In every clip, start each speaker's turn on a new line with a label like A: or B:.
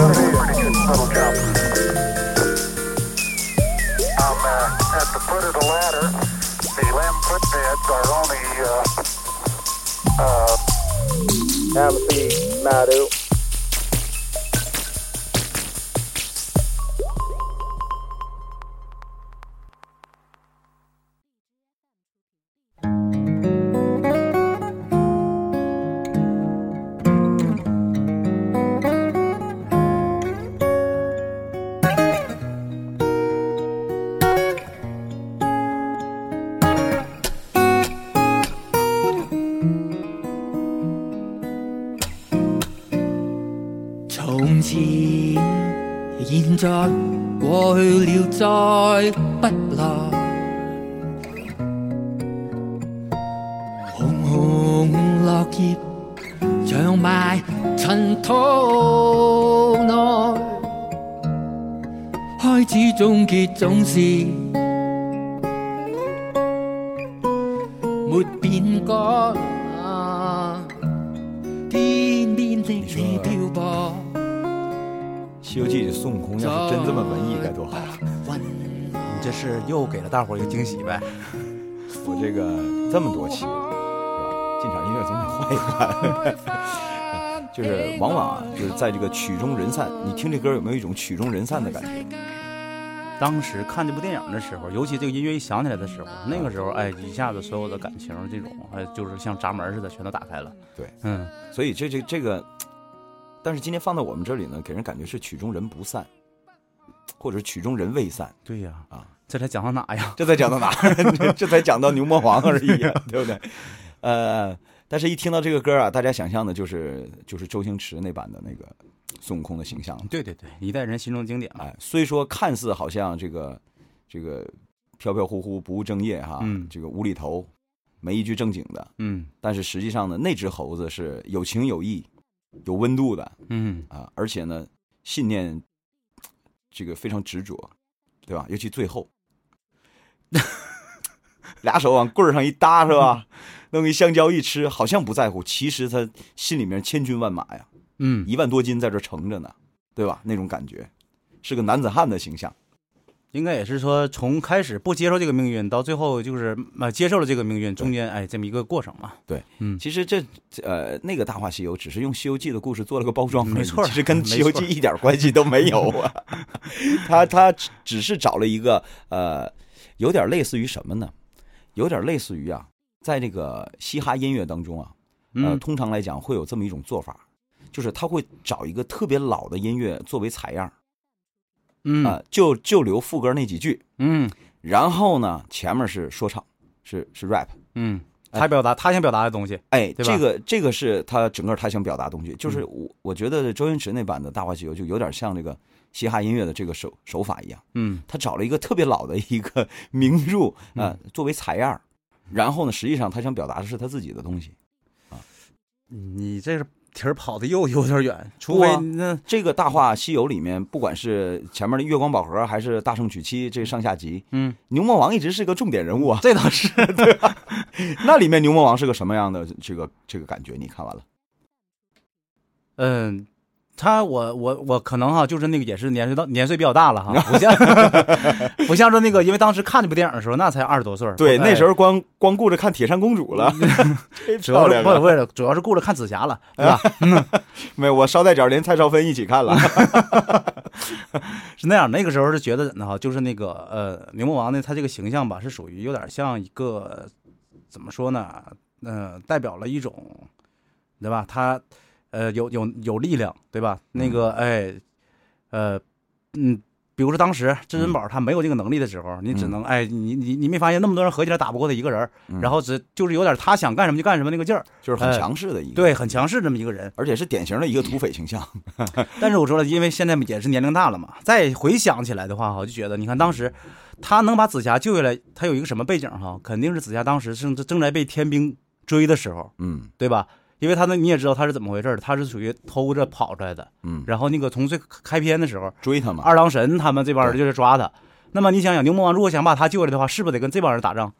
A: uh, quit bids are only, uh, uh,
B: Amity Madu.
C: 从前、现在、过去了，再不来。红红落叶长埋尘土内，开始终结总是没变改。天边的你漂泊。
D: 《西游记》里孙悟空要是真这么文艺该多好！啊
E: 你这是又给了大伙儿一个惊喜呗？
D: 我这个这么多期，是吧？进场音乐总得换一换。 就是往往啊，就是在这个曲终人散，你听这歌有没有一种曲终人散的感觉？
E: 当时看这部电影的时候，尤其这个音乐一响起来的时候，那个时候，哎，一下子所有的感情，这种，哎，就是像闸门似的，全都打开了。
D: 对，
E: 嗯，
D: 所以这这这个，但是今天放到我们这里呢，给人感觉是曲终人不散，或者是曲终人未散。
E: 对呀，
D: 啊，
E: 这才讲到哪呀？
D: 这才讲到哪儿？ 这这才讲到牛魔王而已、啊，对不对？呃，但是一听到这个歌啊，大家想象的就是就是周星驰那版的那个孙悟空的形象了。
E: 对对对，一代人心中经典嘛。
D: 哎，虽说看似好像这个这个飘飘忽忽、不务正业哈，
E: 嗯
D: 这个无厘头，没一句正经的，
E: 嗯
D: 但是实际上呢，那只猴子是有情有义、有温度的
E: 嗯，
D: 啊，而且呢，信念这个非常执着，对吧？尤其最后， 俩手往棍儿上一搭是吧？弄一香蕉一吃，好像不在乎，其实他心里面千军万马呀，
E: 嗯，
D: 一万多斤在这撑着呢，对吧？那种感觉，是个男子汉的形象。
E: 应该也是说从开始不接受这个命运，到最后就是呃接受了这个命运，中间哎这么一个过程嘛。
D: 其实这呃，那个《大话西游》只是用《西游记》的故事做了个包装而已，
E: 没错儿
D: 其实跟《西游记
E: 没》错儿
D: 一点关系都没有啊。 他他只只是找了一个呃，有点类似于什么呢？有点类似于啊，在这个嘻哈音乐当中啊，呃，
E: 嗯
D: 通常来讲会有这么一种做法，就是他会找一个特别老的音乐作为采样啊、
E: 嗯
D: 就就留副歌那几句，
E: 嗯
D: 然后呢，前面是说唱，是是 rap。
E: 嗯，
D: 哎
E: 他表达他想表达的东西。
D: 哎，
E: 对吧
D: 这
E: 嗯
D: 个这个是他整个他想表达的东西，就是我、我觉得周星驰那版的《大话西游》就有点像这个嘻哈音乐的这个手手法一样，
E: 嗯
D: 他找了一个特别老的一个 名著啊、呃作为采样儿，然后呢，实际上他想表达的是他自己的东西。
E: 你这是题儿跑的又有点远，除
D: 不啊
E: 非那
D: 这个《大话西游》里面，不管是前面的月光宝盒还是大圣娶妻这上下集，
E: 嗯，
D: 牛魔王一直是个重点人物啊。
E: 这倒是
D: 那里面牛魔王是个什么样的这个这个感觉？你看完了？
E: 嗯。他我我我可能哈，就是那个也是年岁到年岁比较大了哈，不 像不像说那个，因为当时看这部电影的时候，那才二十多岁儿
D: 对，
E: 哎嗯
D: 那时候光光顾着看铁扇公主了，
E: 主要
D: 漂
E: 是
D: 亮
E: 不
D: 啊
E: 是不是，主要是顾着看紫 霞了，对吧？
D: 没有，我捎带脚连蔡少芬一起看了。
E: 嗯是那样，那个时候是觉得怎的哈，就是那个呃，牛魔王呢，他这个形象吧，是属于有点像一个怎么说呢？呃，代表了一种，对吧？他呃有有有力量，对吧？那个哎呃嗯，比如说当时至尊宝他没有这个能力的时候，你只能哎你你你没发现那么多人合起来打不过他一个人儿，
D: 嗯
E: 然后只就是有点他想干什么就干什么那个劲儿，
D: 就是很强势的一个，，
E: 哎对，很强势这么一个人。
D: 而且是典型的一个土匪形象。
E: 但是我说了，因为现在也是年龄大了嘛，再回想起来的话哈，我就觉得，你看当时他能把紫霞救下来，他有一个什么背景哈？肯定是紫霞当时正正在被天兵追的时候，
D: 嗯
E: 对吧？因为他那你也知道他是怎么回事儿，他是属于偷着跑出来的。
D: 嗯，
E: 然后那个从最开篇的时候，
D: 追他嘛，
E: 二郎神他们这帮人就是抓他。那么你想想，牛魔王如果想把他救下来的话，是不是得跟这帮人打仗？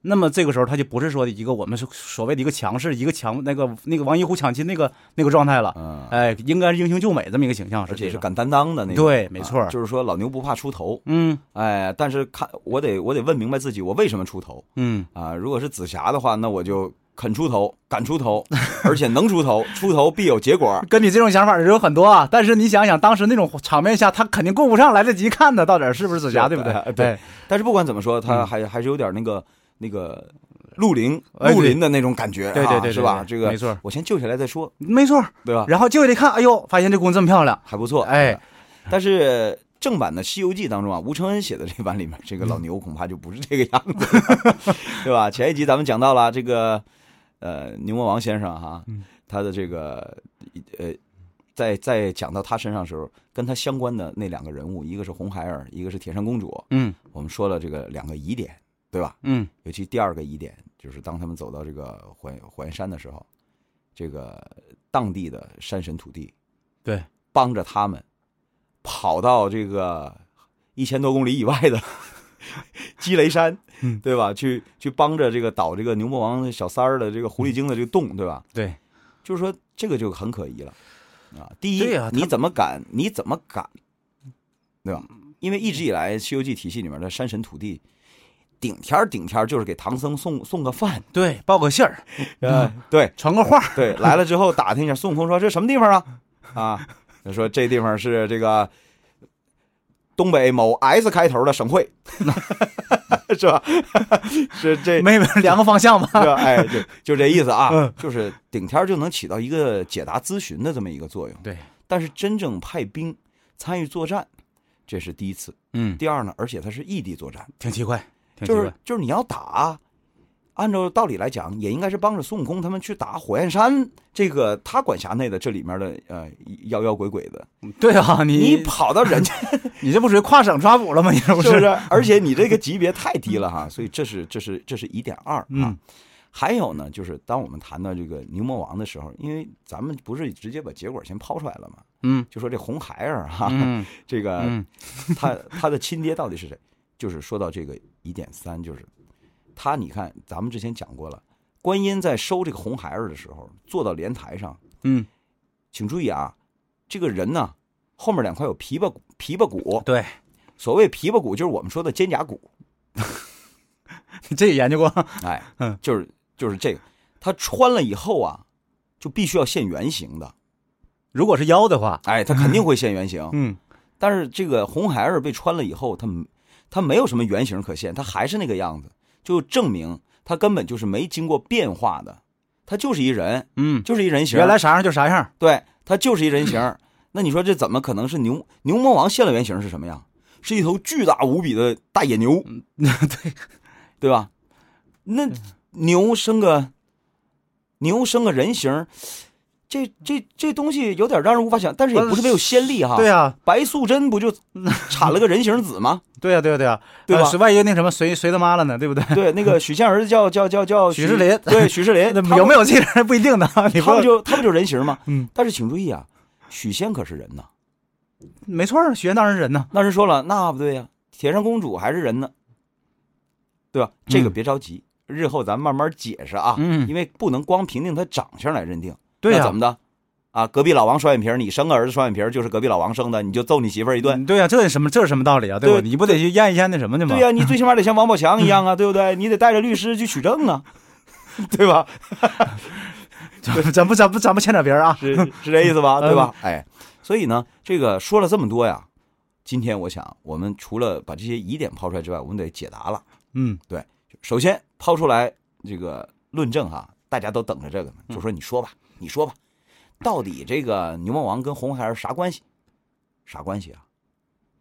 E: 那么这个时候他就不是说一个我们是所谓的一个强势，一个强那个那个王一虎抢亲那个那个状态了，
D: 嗯，
E: 哎，应该是英雄救美这么一个形象，
D: 而且
E: 是
D: 是敢担当的那种。
E: 对没错
D: 啊就是说老牛不怕出头，
E: 嗯
D: 哎，但是看我得我得问明白自己我为什么出头
E: 嗯，
D: 啊？如果是紫霞的话，那我就肯出头，敢出头， 而且能出头，出头必有结果。
E: 跟你这种想法的人有很多啊，但是你想想当时那种场面下，他肯定顾不上来得及看他到底是不是紫霞，
D: 是
E: 对不对
D: 哎？对
E: 对，
D: 但是不管怎么说，他
E: 嗯
D: 还还是有点那个那个绿林
E: 哎
D: 绿
E: 对
D: 林的那种感觉啊，
E: 对对对对
D: 是吧？
E: 对
D: 这个
E: 没错
D: 我先救下来再说，
E: 没错。
D: 对吧？
E: 然后就得看，哎呦，发现这姑娘这么漂亮，
D: 还不错，
E: 哎，
D: 但是正版的《西游记》当中啊，吴承恩写的这版里面，这个老牛恐怕就不是这个样子 了，对吧？前一集咱们讲到了这个，呃，牛魔王先生哈，
E: 嗯
D: 他的这个呃，在在讲到他身上的时候，跟他相关的那两个人物，一个是红孩儿，一个是铁扇公主，
E: 嗯
D: 我们说了这个两个疑点，对吧？
E: 嗯
D: 尤其第二个疑点就是，当他们走到这个火焰火焰山的时候，这个当地的山神土地，
E: 对，
D: 帮着他们跑到这个一千多公里以外的 积雷山，
E: 嗯
D: 对吧？去去帮着这个导这个牛魔王小三儿的这个狐狸精的这个洞，对吧？
E: 对，
D: 就是说这个就很可疑了啊！第一，
E: 对呀他
D: 你怎么敢？你怎么敢？对吧？因为一直以来《西游记》体系里面的山神土地，顶天儿顶天儿就是给唐僧送送个 饭，
E: 对，报个信儿，啊
D: 呃， 对
E: 传个话儿，
D: 对，来了之后打听一下。孙悟空说：“这什么地方啊？” 啊，他说：“这地方是这个东北某 S 开头的省会， 是吧？ 是这
E: 没没两个方向吧？
D: 这哎，对，就这意思啊
E: 嗯，
D: 就是顶天儿就能起到一个解答咨询的这么一个作用。
E: 对，
D: 但是真正派兵参与作战，这是第一次。
E: 嗯，
D: 第二呢，而且它是异地作战，
E: 挺奇怪，挺奇
D: 就是
E: 怪，
D: 就是你要打，按照道理来讲，也应该是帮着孙悟空他们去打火焰山这个他管辖内的这里面的呃妖妖鬼鬼的，
E: 对啊，你
D: 你跑到人家
E: 你这不属于跨省抓捕了吗？你这不
D: 是不是？而且你这个级别太低了 哈，所以这是这是这是一点二啊。
E: 嗯
D: 还有呢，就是当我们谈到这个牛魔王的时候，因为咱们不是直接把结果先抛出来了嘛，
E: 嗯
D: 就说这红孩儿哈、
E: 嗯
D: 这个、
E: 嗯
D: 他他的亲爹到底是谁？就是说到这个疑点三，就是他，你看咱们之前讲过了，观音在收这个红孩儿的时候，坐到莲台上，
E: 嗯，
D: 请注意啊，这个人呢后面两块有琵琶骨琵琶骨，
E: 对，
D: 所谓琵琶骨就是我们说的肩胛骨，
E: 这也研究过，
D: 哎，
E: 嗯，
D: 就是就是这个，他穿了以后啊，就必须要现原形的，
E: 如果是妖的话，
D: 哎，他肯定会现原形，
E: 嗯，
D: 但是这个红孩儿被穿了以后，他没他没有什么原型可现，他还是那个样子，就证明他根本就是没经过变化的，他就是一人，
E: 嗯，
D: 就是一人形。
E: 原来啥样就啥样，
D: 对他就是一人形，那你说这怎么可能是牛牛魔王现了原形是什么样？是一头巨大无比的大野牛，
E: 嗯 对，嗯
D: 对吧？那牛生个牛生个人形，这这这东西有点让人无法想，但是也不是没有先例哈。
E: 呃对啊呀、
D: 白素贞不就产了个人形子 吗？
E: 对啊呀、对呀、对呀、
D: 对吧
E: 呃是万一那什么谁谁他妈了呢？对不对？
D: 对，那个许仙儿子叫叫叫叫
E: 许世林
D: 对许世 林，他们
E: 有没有这人不一定呢，你
D: 他
E: 不
D: 们就他们就人形嘛。
E: 嗯，
D: 但是请注意啊，许仙可是人呐。
E: 没错儿，许愿当然是人呢，
D: 那人说了，那不对呀、铁扇公主还是人呢，对吧？这个别着急，日后咱慢慢解释啊。
E: 嗯
D: 因为不能光凭借他长相来认定。
E: 对
D: 那
E: 呀、
D: 怎么的？啊，隔壁老王双眼皮儿，你生个儿子双眼皮儿就是隔壁老王生的，你就揍你媳妇儿一顿。
E: 嗯对呀、这是什么这是什么道理啊？对吧？
D: 对
E: 你不得去验一验那什么去吗？
D: 对呀、你最起码得像王宝 强一样啊，对不对？你得带着律师去取证啊，对吧？
E: 咱咱不咱不咱不牵扯别人啊，
D: 是 是这意思吧？对吧？哎，所以呢，这个说了这么多呀，今天我想，我们除了把这些疑点抛出来之外，我们得解答了。
E: 嗯
D: 首先抛出来这个论证哈，大家都等着这个呢，就说你说吧，你说吧，到底这个牛魔王跟红孩儿啥关系？啥关系啊？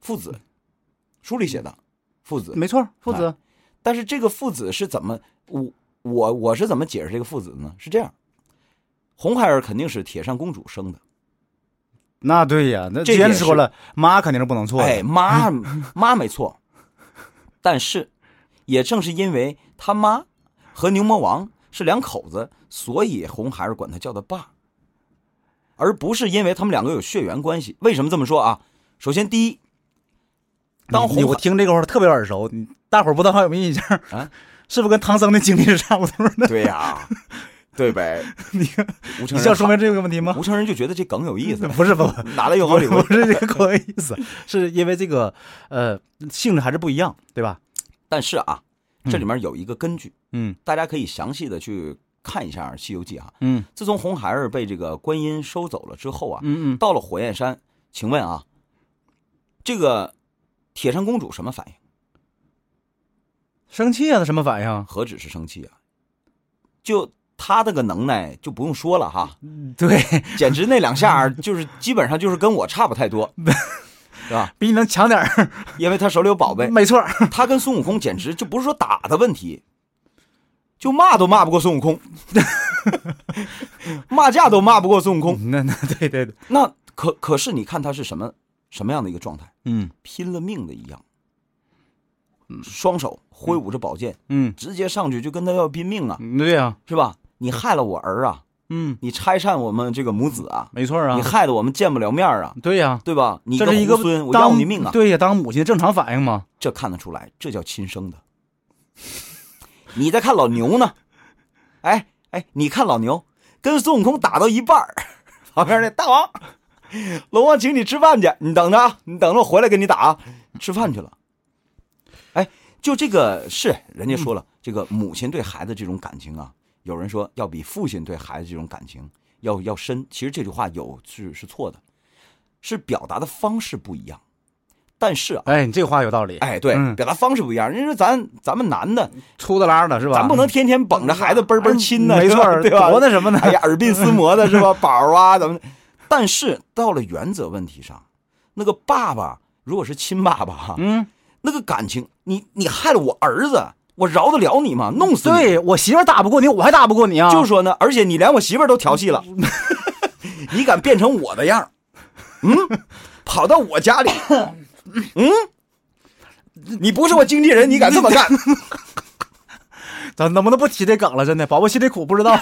D: 父子，书里写的父子，
E: 没错儿，父子
D: 哎，但是这个父子是怎么我我我是怎么解释这个父子的呢？是这样，红孩儿肯定是铁扇公主生的，
E: 那对呀、那
D: 这
E: 之前
D: 也是
E: 说了，妈肯定是不能错的，
D: 哎，妈妈没错，但是也正是因为他妈和牛魔王是两口子，所以红孩儿管他叫他爸，而不是因为他们两个有血缘关系。为什么这么说啊？首先，第一，当
E: 你你
D: 红
E: 我
D: 孩
E: 听这个话特别耳熟，你大伙儿不知道还有没有印象？
D: 啊，
E: 是不是跟唐僧的经历是差不多的？
D: 对呀，对呗。
E: 你看，
D: 吴承
E: 你
D: 恩
E: 想说明这个问题吗？
D: 吴承恩就觉得这梗有意 思，
E: 不是吧？
D: 拿来又好
E: 不
D: 礼
E: 是
D: 物
E: 不是这个口味意思，是因为这个呃性质还是不一样，对吧？
D: 但是啊，这里面有一个根据，
E: 嗯
D: 大家可以详细的去看一下《西游记》啊。
E: 嗯
D: 自从红孩儿被这个观音收走了之后啊，
E: 嗯嗯，
D: 到了火焰山，请问啊，这个铁扇公主什么反应？
E: 生气啊，他什么反应？
D: 何止是生气啊，就她那个能耐就不用说了哈，
E: 对
D: 简直那两下儿就是基本上就是跟我差不太多，是吧？
E: 比你能强点儿，
D: 因为她手里有宝贝，
E: 没错儿，
D: 她跟孙悟空简直就不是说打的问题，就骂都骂不过孙悟空，骂架都骂不过孙悟空。
E: 那那对对对，
D: 那可可是你看她是什么什么样的一个状态？
E: 嗯
D: 拼了命的一样，双手挥舞着宝剑，
E: 嗯，
D: 直接上去就跟他要拼命啊，
E: 对呀、
D: 是吧？你害了我儿啊，
E: 嗯，
D: 你拆散我们这个母子啊，
E: 没错儿啊
D: 你，害得我们见不了面儿啊，
E: 对呀、
D: 对吧？你
E: 这是一
D: 个
E: 个
D: 猢狲，我要
E: 当
D: 你命啊！
E: 对呀、当母亲的正常反应嘛。
D: 这看得出来，这叫亲生的。你再看老牛呢？哎哎，你看老牛跟孙悟空打到一半儿，旁边那大王，龙王请你吃饭去，你等着啊，你等着我回来跟你打啊，吃饭去了。哎，就这个是人家说了，这个母亲对孩子这种感情啊，有人说要比父亲对孩子这种感情要要深，其实这句话有是是错的，是表达的方式不一样，但是啊。
E: 哎，你这话有道理，
D: 哎，对，
E: 嗯
D: 表达方式不一样。人家说咱咱们男的，
E: 粗的拉的是吧？
D: 咱不能天天捧着孩子嘣嘣亲呢，
E: 嗯没
D: 是
E: 错
D: 吧
E: 儿，嗯
D: 对吧？
E: 多那什么呢？
D: 哎呀，耳鬓厮磨的是吧？宝儿啊，怎么的？但是到了原则问题上，那个爸爸如果是亲爸爸哈，
E: 嗯，
D: 那个感情，你你害了我儿子，我饶得了你吗？弄死你！
E: 对我媳妇儿打不过你，我还打不过你啊！
D: 就说呢，而且你连我媳妇儿都调 戏了，你敢变成我的样儿嗯，跑到我家 里，嗯，你不是我经纪人，你敢这么干？
E: 咱能不能不提这梗了？真的，宝宝心里苦，不 知道。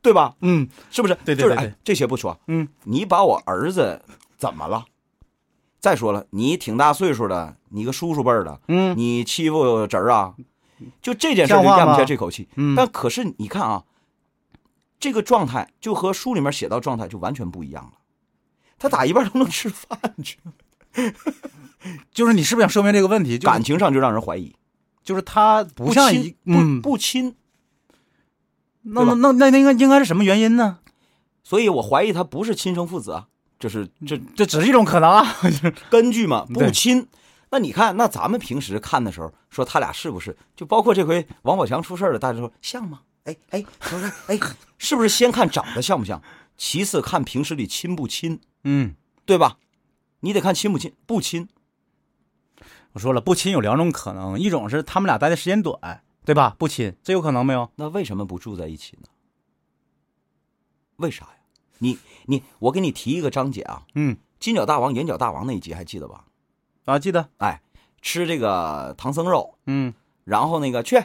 D: 对吧？
E: 嗯，
D: 是不是？
E: 对对
D: 就是
E: 对对
D: 哎，这些不说，
E: 嗯，
D: 你把我儿子怎么了？再说了，你挺大岁数的，你个叔叔辈儿的，
E: 嗯，
D: 你欺负侄儿啊？就这件事儿就
E: 像话
D: 咽不下
E: 吗
D: 这口气。
E: 嗯
D: 但可是你看啊，这个状态就和书里面写到状态就完全不一样了。他打一半都能吃饭去，
E: 就是你是不是想说明这个问题？就是
D: 感情上就让人怀疑，
E: 就是他不
D: 不
E: 像一
D: 亲，
E: 嗯，
D: 不不亲，
E: 那
D: 对吧
E: 那那那那应该应该是什么原因呢？
D: 所以我怀疑他不是亲生父子啊，这是这
E: 这只是一种可能啊。
D: 根据嘛，不
E: 对
D: 亲。那你看，那咱们平时看的时候，说他俩是不是？就包括这回王宝强出事儿了，大家说像吗？哎哎，我说哎，是不是先看长得像不像，其次看平时里亲不亲，
E: 嗯，
D: 对吧？你得看亲不亲，不亲，
E: 我说了，不亲有两种可能，一种是他们俩待的时间短，对吧？不亲，这有可能没有？
D: 那为什么不住在一起呢？为啥呀？你你，我给你提一个章节啊，
E: 嗯，
D: 金角大王、银角大王那一集还记得吧？
E: 啊，记得，
D: 哎，吃这个唐僧肉，
E: 嗯
D: 然后那个去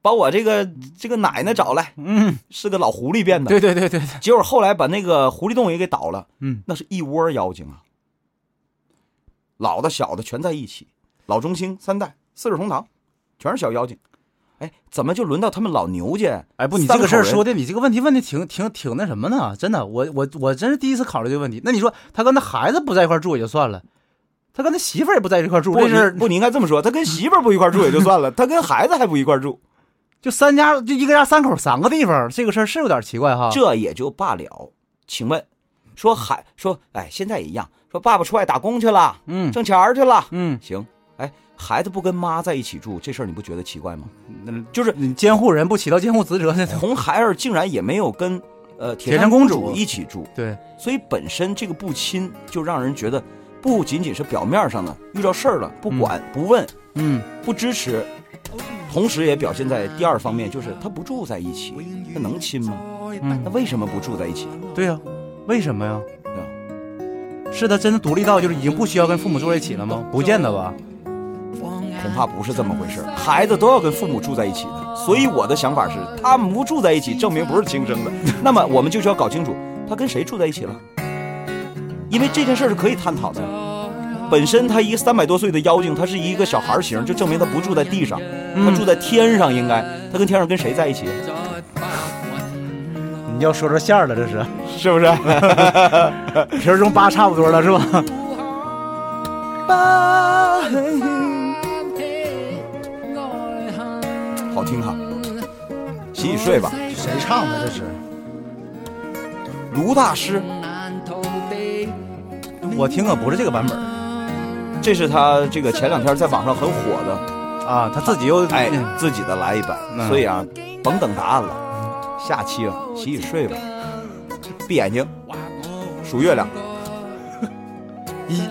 D: 把我这个这个奶奶找来，
E: 嗯，
D: 是个老狐狸变的。
E: 对对对对对，
D: 结果后来把那个狐狸洞也给倒了，
E: 嗯，
D: 那是一窝妖精啊，老的小的全在一起，老中青三代四世同堂，全是小妖精。哎，怎么就轮到他们老牛家？
E: 哎不，你这个事儿说
D: 的
E: 的，你这个问题问的挺挺挺那什么呢？真的，我我我真是第一次考虑这个问题。那你说他跟他孩子不在一块儿住也就算了，他跟他媳妇儿也不在一块儿住，
D: 不
E: 这事
D: 是
E: 儿
D: 不，你应该这么说，他跟媳妇儿不一块儿住也就算 了，他跟孩子还不一块儿住，
E: 就三家就一个家三口三个地方，这个事儿是有点奇怪哈。
D: 这也就罢了。请问，说孩说哎，现在也一样，说爸爸出外打工去了，
E: 嗯
D: 挣钱儿去了，
E: 嗯，
D: 行。哎，孩子不跟妈在一起住，这事儿你不觉得奇怪吗？
E: 就是你监护人不起到监护职责呢，
D: 红孩儿竟然也没有跟呃
E: 哎铁扇
D: 公
E: 公主
D: 一起住，
E: 对，
D: 所以本身这个不亲就让人觉得不仅仅是表面上的遇到事儿了不管、不问
E: 嗯。
D: 不支持，同时也表现在第二方面，就是他不住在一起，那能亲吗？
E: 嗯
D: 那为什么不住在一起？
E: 对呀、啊为什么呀？
D: 对吧
E: 是他真的独立到就是已经不需要跟父母住在一起了吗？不见得吧。
C: 哎
D: 恐怕不是这么回事儿，孩子都要跟父母住在一起的。所以我的想法是，他们不住在一起，证明不是亲生的。那么我们就需要搞清楚他跟谁住在一起了，因为这件事儿是可以探讨的。
C: 啊
D: 本身他一个三百多岁的妖精，他是一个小孩儿型，就证明他不住在地上，他住在天上。应该他跟天上跟谁在一起？
E: 你要说到馅儿了，这是
D: 是不是？
E: 皮儿中疤差不多了，是吧？
D: 好听哈，洗洗睡吧。
E: 嗯谁唱的这是？
D: 卢大师，
E: 我听的不是这个版本儿
D: 这是他这个前两天在网上很火的，
E: 啊，他自己又
D: 哎，自己的来一版。
E: 嗯
D: 所以啊，甭等答案了，下期啊，洗洗睡吧，闭眼睛，数月亮，一